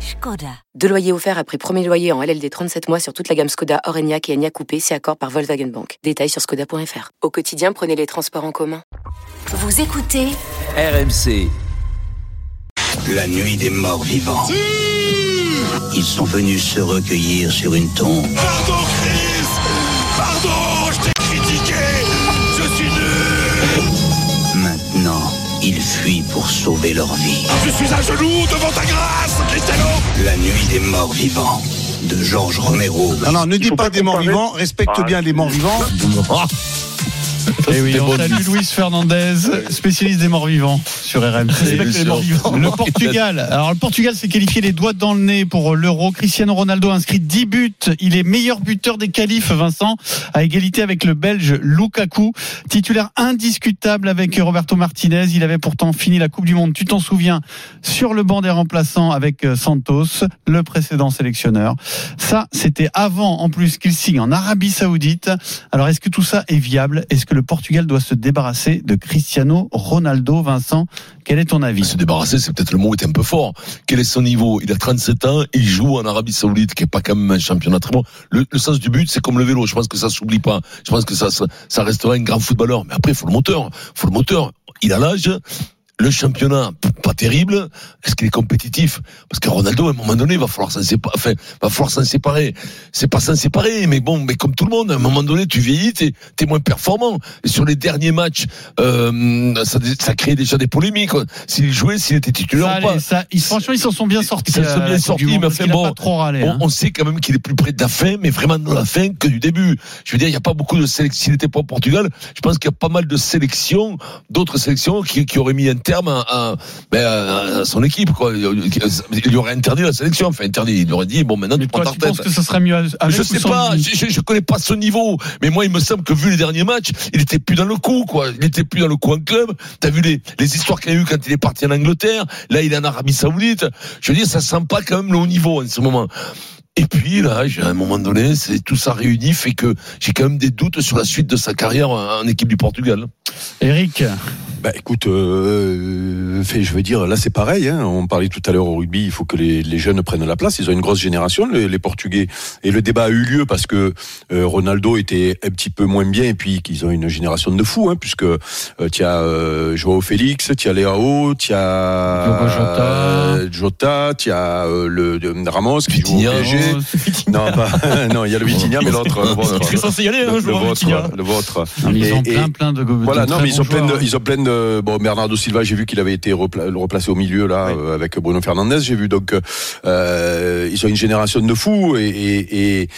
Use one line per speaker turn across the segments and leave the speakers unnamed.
Skoda.
Deux loyers offerts après premier loyer en LLD 37 mois sur toute la gamme Skoda, Orenia et Enya Coupé, c'est accord par Volkswagen Bank. Détails sur skoda.fr. Au quotidien, prenez les transports en commun.
Vous écoutez
RMC.
La nuit des morts vivants. Ils sont venus se recueillir sur une tombe.
Pardon Chris Pardon, je t'ai critiqué Je suis nul
Maintenant, ils fuient pour sauver leur vie.
Je suis à genoux devant ta grâce, Cristiano
La nuit des morts vivants de Georges Romero.
Ah Non, non, ne dis pas des morts vivants, respecte bien les morts vivants.
Et Eh oui, on salue Luis Fernandez, spécialiste des morts vivants sur RMC. Le Portugal. Alors le Portugal s'est qualifié les doigts dans le nez pour l'Euro. Cristiano Ronaldo a inscrit 10 buts. Il est meilleur buteur des qualifs, Vincent, à égalité avec le Belge Lukaku, titulaire indiscutable avec Roberto Martinez. Il avait pourtant fini la Coupe du Monde, tu t'en souviens, sur le banc des remplaçants avec euh, Santos, le précédent sélectionneur. Ça, c'était avant en plus qu'il signe en Arabie Saoudite. Alors, est-ce que tout ça est viable Est-ce que le Portugal doit se débarrasser de Cristiano Ronaldo Vincent, quel est ton
Il
avis
Se débarrasser, c'est peut-être le mot était un peu fort. Quel est son niveau Il a 37 ans, il joue en Arabie Saoudite, qui est pas quand même un championnat très bon. Le, le sens du but, c'est comme le vélo. Je pense que ça s'oublie pas. Je pense que ça, ça, ça restera un grand footballeur. Mais après, il faut le moteur. faut le moteur. Il a l'âge. Le championnat, p- pas terrible. Est-ce qu'il est compétitif Parce que Ronaldo, à un moment donné, va falloir s'en séparer. Enfin, va falloir s'en séparer. C'est pas s'en séparer, mais bon, mais comme tout le monde, à un moment donné, tu vieillis, t'es es moins performant. Et sur les derniers matchs, euh, ça, ça crée déjà des polémiques. quoi. S'il jouait, s'il était titulaire
Ça,
ou pas.
allez, ça, ils- Franchement, ils s'en sont bien sortis.
Ils s'en sont
euh,
bien
à la Coupe
sortis,
du Monde,
mais
parce
enfin
qu'il a
bon,
pas trop râlé.
on,
hein.
on sait quand même qu'il est plus près de la fin, mais vraiment de la fin que du début. Je veux dire, il n'y a pas beaucoup de sélections. S'il n'était pas au Portugal, je pense qu'il y a pas mal de sélections, d'autres sélections qui, qui auraient mis un terme à, à- ben, à- à son équipe. Quoi. Il lui aurait interdit la sélection, enfin interdit. Il aurait dit, bon, maintenant
Mais
tu prends
toi,
ta
tu penses
retraite.
que ce serait mieux avec
Je
ou
sais
sans
pas,
lui
je, je, je connais pas ce niveau, mais moi il me semble que vu les derniers matchs, il était plus dans le coup, quoi. Il était plus dans le coup en club. T'as vu les, les histoires qu'il y a eu quand il est parti en Angleterre. Là, il est en Arabie Saoudite. Je veux dire, ça sent pas quand même le haut niveau en ce moment. Et puis là, j'ai- à un moment donné, c'est tout ça réuni fait que j'ai quand même des doutes sur la suite de sa carrière en en équipe du Portugal.
Eric,
Bah écoute, euh, fait, je veux dire, là c'est pareil. hein. On parlait tout à l'heure au rugby, il faut que les, les jeunes prennent la place. Ils ont une grosse génération, les, les Portugais. Et le débat a eu lieu parce que euh, Ronaldo était un petit peu moins bien, et puis qu'ils ont une génération de fous, hein, puisque euh, tu as euh, Joao Félix, tu as Leao, tu as
Diogo Jota.
euh, Jota, tu as euh, le de- Ramos qui joue au
Vitinha.
PSG. Non, pas- non, il y a le Vitinha, mais l'autre, le vôtre.
censé y aller,
Le, le vôtre, le vôtre.
Ils
Et-
ont
et-
plein, plein de.
voilà,
de
non,
très
mais ils
bons
ont plein de,
joueurs. hein.
ils ont plein de, bon, Bernardo Silva, j'ai vu qu'il avait été repla- le replacé au milieu, là, euh, avec Bruno Fernandez, j'ai vu. Donc, euh, ils ont une génération de fous et, et, et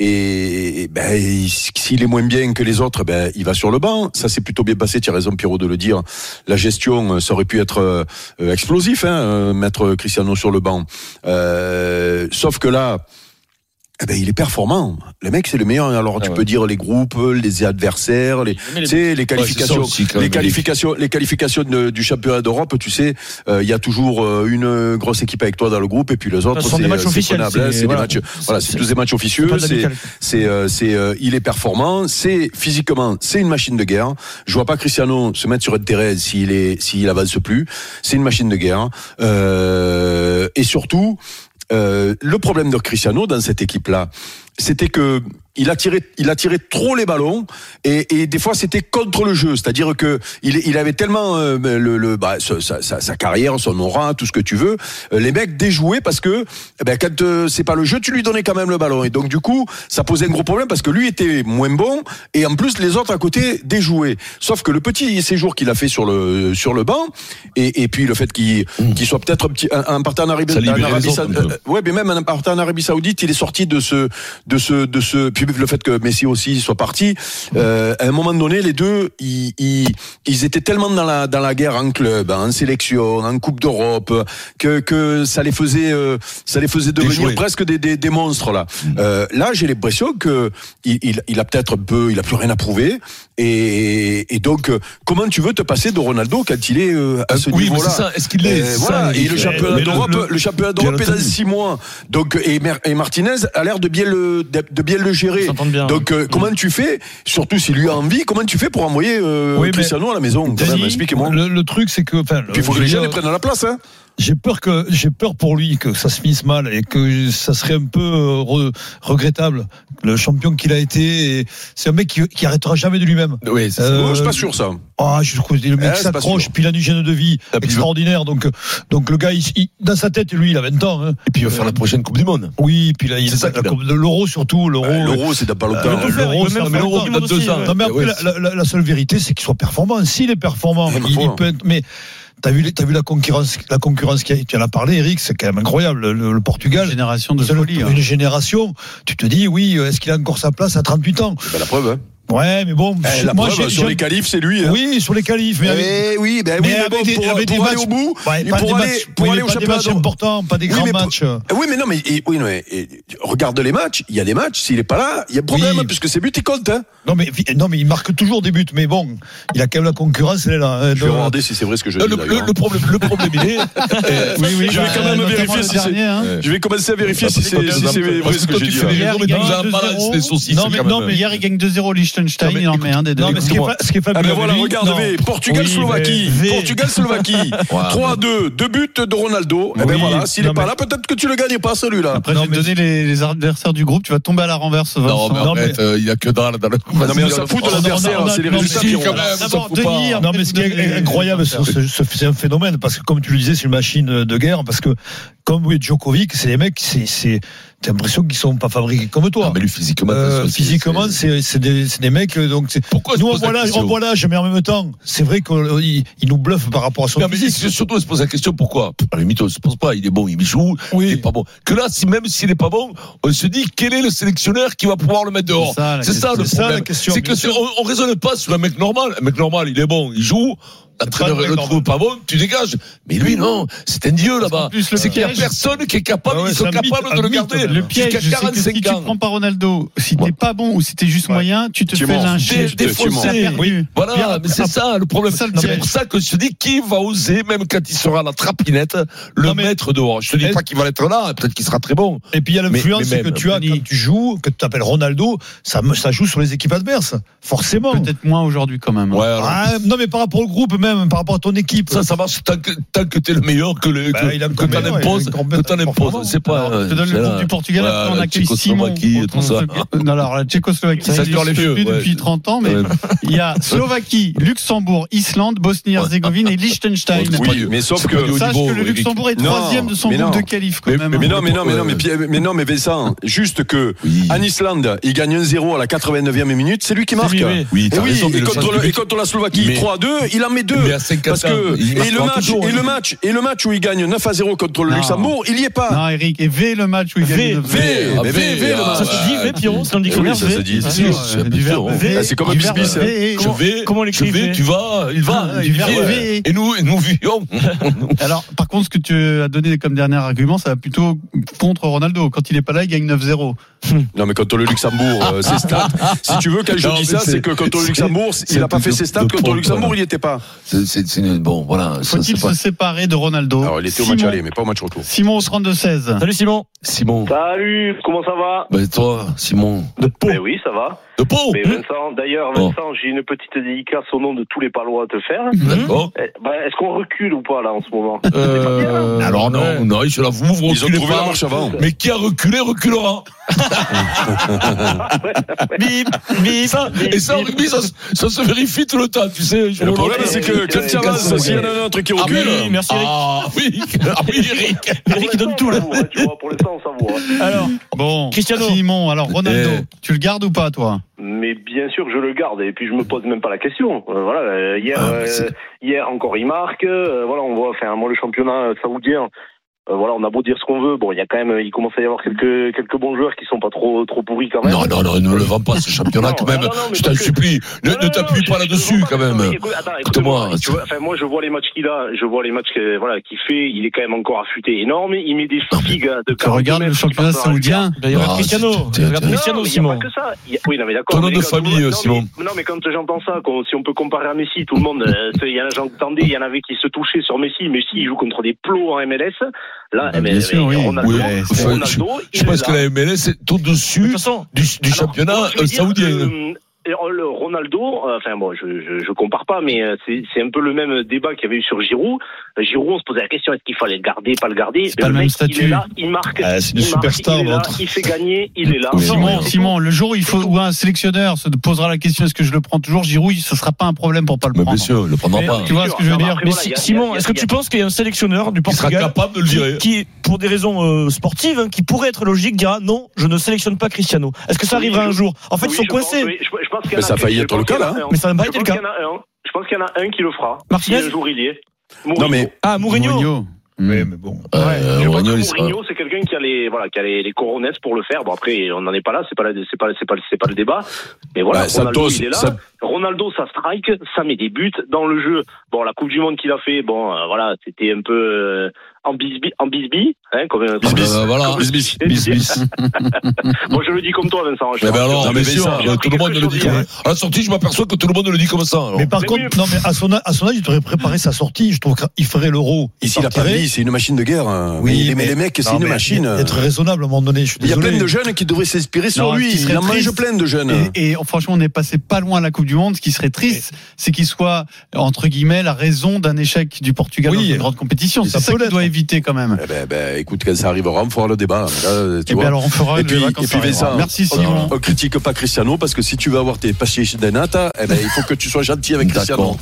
et ben, il- s'il est moins bien que les autres, ben, il va sur le banc. Ça s'est plutôt bien passé, tu as raison Pierrot de le dire. La gestion, euh, ça aurait pu être euh, euh, explosif, hein, euh, mettre Cristiano sur le banc. Euh, sauf que là, eh ben, il est performant. Le mec, c'est le meilleur. Alors, tu
Ah
ouais.
peux dire les groupes, les adversaires, les, tu sais, les qualifications,
Ouais, c'est ça aussi, quand
les
même,
qualifications, les qualifications de- du championnat d'Europe. Tu sais, euh, il y a toujours euh, une grosse équipe avec toi dans le groupe, et puis les autres,
Ce sont
c'est
des matchs
c'est
officiels,
prenable, hein,
c'est-
c'est des
voilà.
matchs. Voilà, c'est tous des matchs officieux.
pas de
C'est
l'amical.
c'est euh, c'est euh, il est performant, c'est physiquement, c'est une machine de guerre. Je vois pas Cristiano se mettre sur un terrain s'il est s'il avance plus. C'est une machine de guerre. Euh, et surtout, euh, le problème de Cristiano dans cette équipe là, c'était que il attirait, il attirait trop les ballons et, et des fois c'était contre le jeu, c'est-à-dire que il, il avait tellement euh, le, le- bah, ce- sa, sa- sa carrière, son aura, tout ce que tu veux, euh, les mecs déjouaient parce que eh ben, quand euh, c'est pas le jeu, tu lui donnais quand même le ballon et donc du coup ça posait un gros problème parce que lui était moins bon et en plus les autres à côté déjouaient. Sauf que le petit séjour qu'il a fait sur le sur le banc et, et puis le fait qu'il qu'il soit peut-être un petit un, un partant en Arabie,
Mm. Ça
en
libérait
Arabie
les autres,
Saoudite- Euh,
un peu.
Ouais, mais même en partant en Arabie Saoudite, il est sorti de ce, de ce, de ce. Puis le fait que Messi aussi soit parti, euh, à un moment donné, les deux, ils, ils, ils étaient tellement dans la, dans la guerre en club, en sélection, en Coupe d'Europe, que, que ça les faisait, euh, ça les faisait devenir
Déjouer. Mm.
presque des, des, des monstres là. Euh, là, j'ai l'impression que il, il, il a peut-être un peu, il a plus rien à prouver. Et, et donc, euh, comment tu veux te passer de Ronaldo quand il est euh, à ce
Oui, mais c'est
niveau-là
ça. Est-ce qu'il
Euh,
est C'est
voilà,
ça,
et
Eric.
le
Mais
championnat
le-
d'Europe, le championnat
bien
d'Europe est dans
entendu.
six mois. Donc, et, Mer- et Martinez a l'air de bien le, de, de bien le
Ils
gérer.
s'entendent bien. hein.
Donc, euh,
Mm.
comment tu fais, surtout s'il lui a envie, comment tu fais pour envoyer euh,
Oui, mais-
Cristiano à la
Mmh.
maison quand même,
Denis,
Expliquez-moi.
Le, le truc, c'est que. enfin,
Puis il faut
je
que les
veux
jeunes
dire,
les prennent à la place. Hein.
J'ai peur que j'ai peur pour lui que ça se finisse mal et que ça serait un peu euh, re- regrettable. Le champion qu'il a été, et c'est un mec qui, qui arrêtera jamais de lui-même.
Oui, c'est ça.
Euh,
Moi, je suis pas sûr, ça.
Ah, je trouve le
Eh,
mec
c'est pas
s'accroche,
sûr.
puis il a une hygiène de vie
Ah, puis il
extraordinaire. Donc, euh, donc le gars, il- il- dans sa tête, lui, il a 20 ans. hein.
Et puis il va faire la prochaine Coupe du Monde.
Oui, puis là, il
C'est ça
la
qu'il a.
Coupe de l'euro surtout, l'euro.
Euh, L'euro, c'est dans pas
Euh,
longtemps.
le faire, l'euro, il peut ça, même mais faire l'euro, le
dans
tour
deux ans.
Non, mais
Eh
après,
ouais,
la-
c'est-
la, la- la seule vérité, c'est qu'il soit performant. S'il est performant,
Eh ben,
il,
faut.
il peut être. Mais t'as vu, les- t'as vu la concurrence, la concurrence qui a, tu en as parlé, Eric, c'est quand même incroyable. Le- Le, le Portugal,
Génération de
c'est le-
folie. hein.
une génération. Tu te dis, oui, euh, est-ce qu'il a encore sa place à 38 ans
Ben, la preuve. Hein.
Ouais, mais bon.
Eh, la
Euh, moi,
preuve,
j'ai-
sur
j'ai-
les qualifs, c'est lui. hein.
Oui, sur les qualifs. Mais
Eh
avec-
oui, ben oui,
mais
mais bon,
avec des-
pour,
avec des
pour aller
matchs-
au bout,
Ouais,
et
pas
pour
des
aller,
matchs-
pour
oui,
aller
mais
au
pas des
championnat
matchs
d'Europe.
importants, pas des
Oui,
grands
mais pour-
matchs. euh.
Eh Oui, mais non, mais et- oui, non, mais, et- regarde les matchs. Il y a des matchs. S'il est pas là, il y a un problème
Oui.
puisque ses buts ils comptent. Hein.
Non mais, non mais il marque toujours des buts, mais bon, il a quand même la concurrence, elle est là. hein,
Je vais
donc-
regarder si c'est vrai ce que je
Le,
dis.
Euh,
Euh,
le-
d'ailleurs.
le problème, le problème, il
Oui,
est.
oui,
Je vais quand
bah,
même
euh,
notamment
vérifier
le
si c'est-
dernier, hein.
Je vais commencer à vérifier si c'est si c'est vrai ce que j'ai dit.
Quand tu fais
là.
les
Hier,
gens,
il
mais
gagne
déjà, pas là,
2-0.
c'est des saucisses.
Non,
c'est
mais,
quand
non,
même-
mais hier, il gagne 2-0 Liechtenstein, hein,
Non, mais
il en
écoute,
met un des deux.
Non, mais ce qui est, fa- ce qui est
Ah
fabuleux
ben
avec
voilà,
lui-
regardez,
non. Oui, mais
Portugal-Slovaquie,
V-
Portugal-Slovaquie, 3-2, deux buts de Ronaldo. Eh ben
Oui,
voilà, s'il
non,
n'est pas
mais-
là, peut-être que tu le gagnes pas celui-là.
Après,
Non,
je vais te
mais-
donner les, les adversaires du groupe. Tu vas tomber à la renverse, Vincent.
Non, mais en
mais-
fait, euh, il y a que dalle dans le
Non mais on s'en fout de
non, non,
l'adversaire,
non,
c'est les
non, mais
résultats
si,
qui
quand
ont.
même,
D'abord,
on s'en fout pas.
Denis,
Non mais ce qui est incroyable, c'est ce- ce- c'est un phénomène parce que comme tu le disais, c'est une machine de guerre parce que comme oui, Djokovic, c'est des mecs, c'est c'est t'as l'impression qu'ils sont pas fabriqués comme toi.
Non, mais lui, physiquement,
Euh,
c'est-
physiquement, c'est c'est des, c'est des mecs euh, donc c'est
Pourquoi
nous
se
on
pose la
voit l'âge,
question
on voit l'âge, mais en même temps, c'est vrai qu'il il nous bluffe par rapport à son
Non, mais
physique.
c'est- surtout, on se pose la question pourquoi À la limite, on se pose pas. Il est bon, il joue, il est pas bon. Que là, si même s'il est pas bon, on se dit quel est le sélectionneur qui va pouvoir le mettre dehors
C'est ça, la
C'est ça,
question.
le
C'est ça, la
problème.
question,
C'est que
bien
c'est- on, on raisonne pas sur un mec normal. Un mec normal, il est bon, il joue. L'entraîneur
pas un
il
mec
le trouve
normal.
pas bon, tu dégages. Mais lui, non, c'est un dieu là-bas.
plus, le
C'est qu'il y a
piège-
personne qui est capable,
Ah ouais,
ils sont
c'est un mythe,
capables de
un
le
mythe,
garder.
quand même.
Le piège, c'est
Jusqu'à
que si
45
tu
ans.
prends pas Ronaldo, si t'es
Ouais.
pas bon ou si t'es juste moyen, tu te
Tu
fais
mens.
lyncher.
Dé- défoncer.
Oui.
Voilà, mais c'est ça le problème.
C'est ça le
C'est
piège.
pour ça que je te dis qui va oser, même quand il sera à la trapinette, le
Non, mais-
mettre dehors. Je te dis
Est-ce-
pas qu'il va l'être là, peut-être qu'il sera très bon.
Et puis il y a
Mais-
l'influence
mais
que
même,
tu as
Denis.
quand tu joues, que tu t'appelles Ronaldo, ça, me- ça joue sur les équipes adverses, forcément.
Peut-être moins aujourd'hui quand même. hein.
Ouais, alors,
Ah, non mais par rapport au groupe même, par rapport à ton équipe.
ça, ça marche tant que, tant que t'es le meilleur, que, le,
Bah,
que,
il a
que t'en
compris, ouais,
imposes,
il a compris,
que t'en
performant.
imposes. C'est pas, euh,
Alors, je te donne
c'est
le
là.
groupe du Portugal,
Voilà,
après on
la
accueille Simon.
Tchécoslovaquie et
contre-
tout ça.
Non, alors la Tchécoslovaquie,
Ça, c'est
ils
pour les
se
vieux,
tuent
ouais.
depuis 30 ans, mais
Ouais.
il y a Slovaquie, Luxembourg, Islande, Bosnie-Herzégovine et Liechtenstein.
Oui,
Oui, mais sauf
c'est
que.
pas du haut
Sache
niveau,
que le
Eric.
Luxembourg est
Non,
troisième de son
mais
groupe
non.
de qualif quand même.
Mais non, mais non, mais non, mais,
Ouais.
Pierre- mais non, mais Vincent, juste que
Oui.
en Islande, il gagne 1-0 à la 89e minute, c'est lui qui marque.
lui, oui.
Oui,
Eh
et
t'as
oui,
raison, mais
et
le sens
contre,
du
le-
but-
et contre la Slovaquie,
Mais-
3-2, il en met 2.
Mais à 50
Parce
ans,
que,
il
et le
marquera
match,
toujours,
et le
hein.
match, et le match où il gagne 9 à 0 contre le
Non.
Luxembourg, il y est pas.
Non, Eric, et V le match où il gagne
V,
de-
V,
Ah,
mais V, V, le
ah,
Ça
match.
se dit
ouais.
V, Piron, c'est
Eh
un
oui,
dictionnaire,
ça
V.
se dit.
Ah,
Si,
non,
c'est
euh,
un
du
peu
verbe
dur, hein.
V,
Ah, c'est comme
du
un
verbe
bisbis, hein.
V.
Je vais,
comment on
je
l'écrit,
vais,
V
tu vas, il va,
Ah,
il
du verbe
vient.
V.
Et nous, Oh. et nous vions.
Alors, par contre, ce que tu as donné comme dernier argument, ça va plutôt contre Ronaldo. Quand il est pas là, il gagne 9-0.
Non, mais contre le Luxembourg, euh, ses stats. Si tu veux, quand je
Non,
dis
mais
ça,
c'est-
c'est que contre le
c'est-
Luxembourg, il
c'est
n'a pas
de-
fait ses stats.
de
Contre
prendre,
le Luxembourg,
voilà.
il n'y était pas.
C'est, c'est, c'est une- bon, voilà. ça,
Faut-il
c'est
se
pas-
séparer de Ronaldo
Alors, il était au
Simon-
match aller, mais pas au match retour.
Simon au 32-16.
Salut Simon.
Simon.
Salut, comment ça va
Ben, toi, Simon.
Mais oui, ça va.
De Pau.
Mais Vincent, d'ailleurs,
Bon.
Vincent, j'ai une petite dédicace au nom de tous les palois à te faire.
D'accord.
Eh, bah, Est-ce qu'on recule ou pas hein. là en ce moment
Euh, alors non, non, je la vous, vous
Ils ont
reculez
trouvé
pas.
la marche avant.
Mais qui a reculé, reculera. Ah.
Bip, bip.
Et ça, en rugby, ça, se- ça se vérifie tout le temps, tu sais. je
Le
me
problème,
rappelle.
c'est que quand ça avance, s'il y en a un truc qui
Ah
recule.
oui,
merci, Eric.
Ah oui, ah oui, Eric.
Eric donne tout là. Tu vois, pour l'instant, on s'avoue. hein.
Alors,
Ah. Bon,
Cristiano.
Simon, alors Ronaldo,
Eh.
tu le gardes ou pas, toi
Mais bien sûr, que je le garde et puis je me pose même pas la question. Euh, voilà, euh, hier,
Ah, mais c'est-
euh, hier encore il marque. euh, voilà, on voit. Enfin, moi le championnat euh, saoudien. Euh, voilà, on a beau dire ce qu'on veut, bon, il y a quand même, il commence à y avoir quelques quelques bons joueurs qui sont pas trop trop pourris quand même.
Non, non, non, ne le vends pas ce championnat
Non,
quand même.
non, non, mais
je t'en
parce que-
supplie. Ne,
Non,
ne
non,
t'appuie
non,
pas
je- je
là-dessus
vois
quand
non,
même.
mais écoute, attends,
Écoute-moi,
écoute-moi, tu
tu-
vois, enfin, moi, je vois les matchs qu'il a, je vois les matchs que, voilà, qu'il fait, il est quand même encore affûté énorme, il met des
Non, mais-
figues de 40
Tu regardes le
mètres qui
championnat
passent dans la
saoudien.
Il va y avoir
Ah,
Cristiano.
c'est-
Il va y avoir
c'est-
Cristiano,
non, mais il y a
Simon.
pas que ça. Il y a- Oui, non, mais d'accord.
Ton
mais
nom
les
de
gars, tout le
famille,
monde- non,
Simon.
mais- Non, mais quand j'entends ça, quand- si on peut comparer à Messi, tout le monde, euh, c'est- il y en a, j'entendais, il y en avait qui se touchaient sur Messi. Messi, il joue contre des plots en MLS. Là, eh,
Bah,
mais-
bien
mais
sûr, oui.
Ronaldo,
Ah, Oui, eh, c'est-
Ronaldo, il
Je pense
est
que
là.
la MLS est tout
De toute
dessus
façon,
du, du
Alors,
championnat
moi, je veux
euh,
dire,
saoudien.
euh, et, euh, le Ronaldo, euh, enfin bon, je, je, je compare pas, mais euh, c'est c'est un peu le même débat qu'il y avait eu sur Giroud. Euh, Giroud, on se posait la question est-ce qu'il fallait le garder, pas le garder
C'est
Mais
pas le même
mec, Il
statut.
est là, il marque.
Euh,
Ah, c'est une
il marque,
superstar,
il est là,
votre.
Il fait gagner, il est là.
Oui,
Simon,
mais-
Simon, le jour où il faut où un sélectionneur se posera la question est-ce que je le prends toujours, Giroud, ce sera pas un problème pour pas le
Ah, Mais
prendre.
Bah, bien sûr, il le prendra
Mais-
pas.
Tu vois ce que je veux
Non, mais
dire
après,
Mais
voilà,
si-
il y a- il y
Simon,
a-
est-ce que
il y a-
tu penses qu'il y a un sélectionneur du
Il sera
Portugal
capable de le
qui,
virer.
eh.
qui, pour des raisons euh, sportives, hein, qui pourraient être logiques, dira non, je ne sélectionne pas Cristiano. Est-ce que ça
Oui,
arrivera
je-
un jour En fait,
Oui,
ils sont
je pense,
coincés.
oui, je- je pense qu'il y en
Mais ça a failli
je
être le
pense
cas,
qu'il y en a
là, hein.
un.
Mais ça n'a pas
Je
été le
pense
cas.
qu'il y en a un. Je pense qu'il y en a un qui le fera.
Martinez
Si un jour il y est.
Non, mais
Ah, Mourinho.
Oui, mais bon.
Euh,
Je pense
Mourinho, il
que
sera-
Mourinho, c'est quelqu'un qui a les voilà, qui a les, les coronets pour le faire. Bon après, on n'en est pas là, c'est pas la- c'est pas c'est pas c'est pas le débat. Mais voilà,
Bah,
Ronaldo,
Santos,
il est là.
Sa-
Ronaldo, ça strike, ça met des buts dans le jeu. Bon, la Coupe du Monde qu'il a fait, bon, euh, voilà, c'était un peu euh, en bisbis, en bisbis, hein, comme, comme-
Bis, bis.
comme-
Euh, voilà.
comme-
Bis, bis.
Moi, je le dis comme toi, Vincent. je
Mais
te
ben
rassure.
alors,
Non,
bien
mais
sûr,
Vincent,
j'ai appris
tout le monde
quelque
le
chose
dit
hier.
comme ça. À la sortie, je m'aperçois que tout le monde le dit comme ça. alors.
hein. Mais par
Mais
contre,
oui.
non, mais à son, a- à son âge, il devrait préparer sa sortie. Je trouve qu'il ferait l'euro.
Ici, il a pas de
partirait.
vie, c'est une machine de guerre. hein. Mais il aimait les mecs, c'est
Non,
une
mais
machine.
Être raisonnable à un moment donné. Je suis
Il y a
désolé.
plein de jeunes qui devraient s'inspirer sur
Non, ce
lui.
qui serait
Il en mange
triste,
plein de jeunes.
Et, et, oh, franchement, on est passé pas loin à la Coupe du Monde. Ce qui serait triste, c'est qu'il soit entre guillemets la raison d'un échec du Portugal
Oui.
dans une grande compétition.
Et
C'est
ça
ça
peut
qu'il doit
l'être.
éviter quand même.
Eh ben, ben, écoute, quand ça arrivera, on fera le débat. Là, tu
Et
vois.
bien alors on fera
Et
le
puis-
débat quand
et
ça
puis
arrivera.
Vincent, Oh
Merci Simon.
On critique pas Cristiano parce que si tu veux avoir tes passiers de nata, eh ben, il faut que tu sois gentil avec
D'accord.
Cristiano.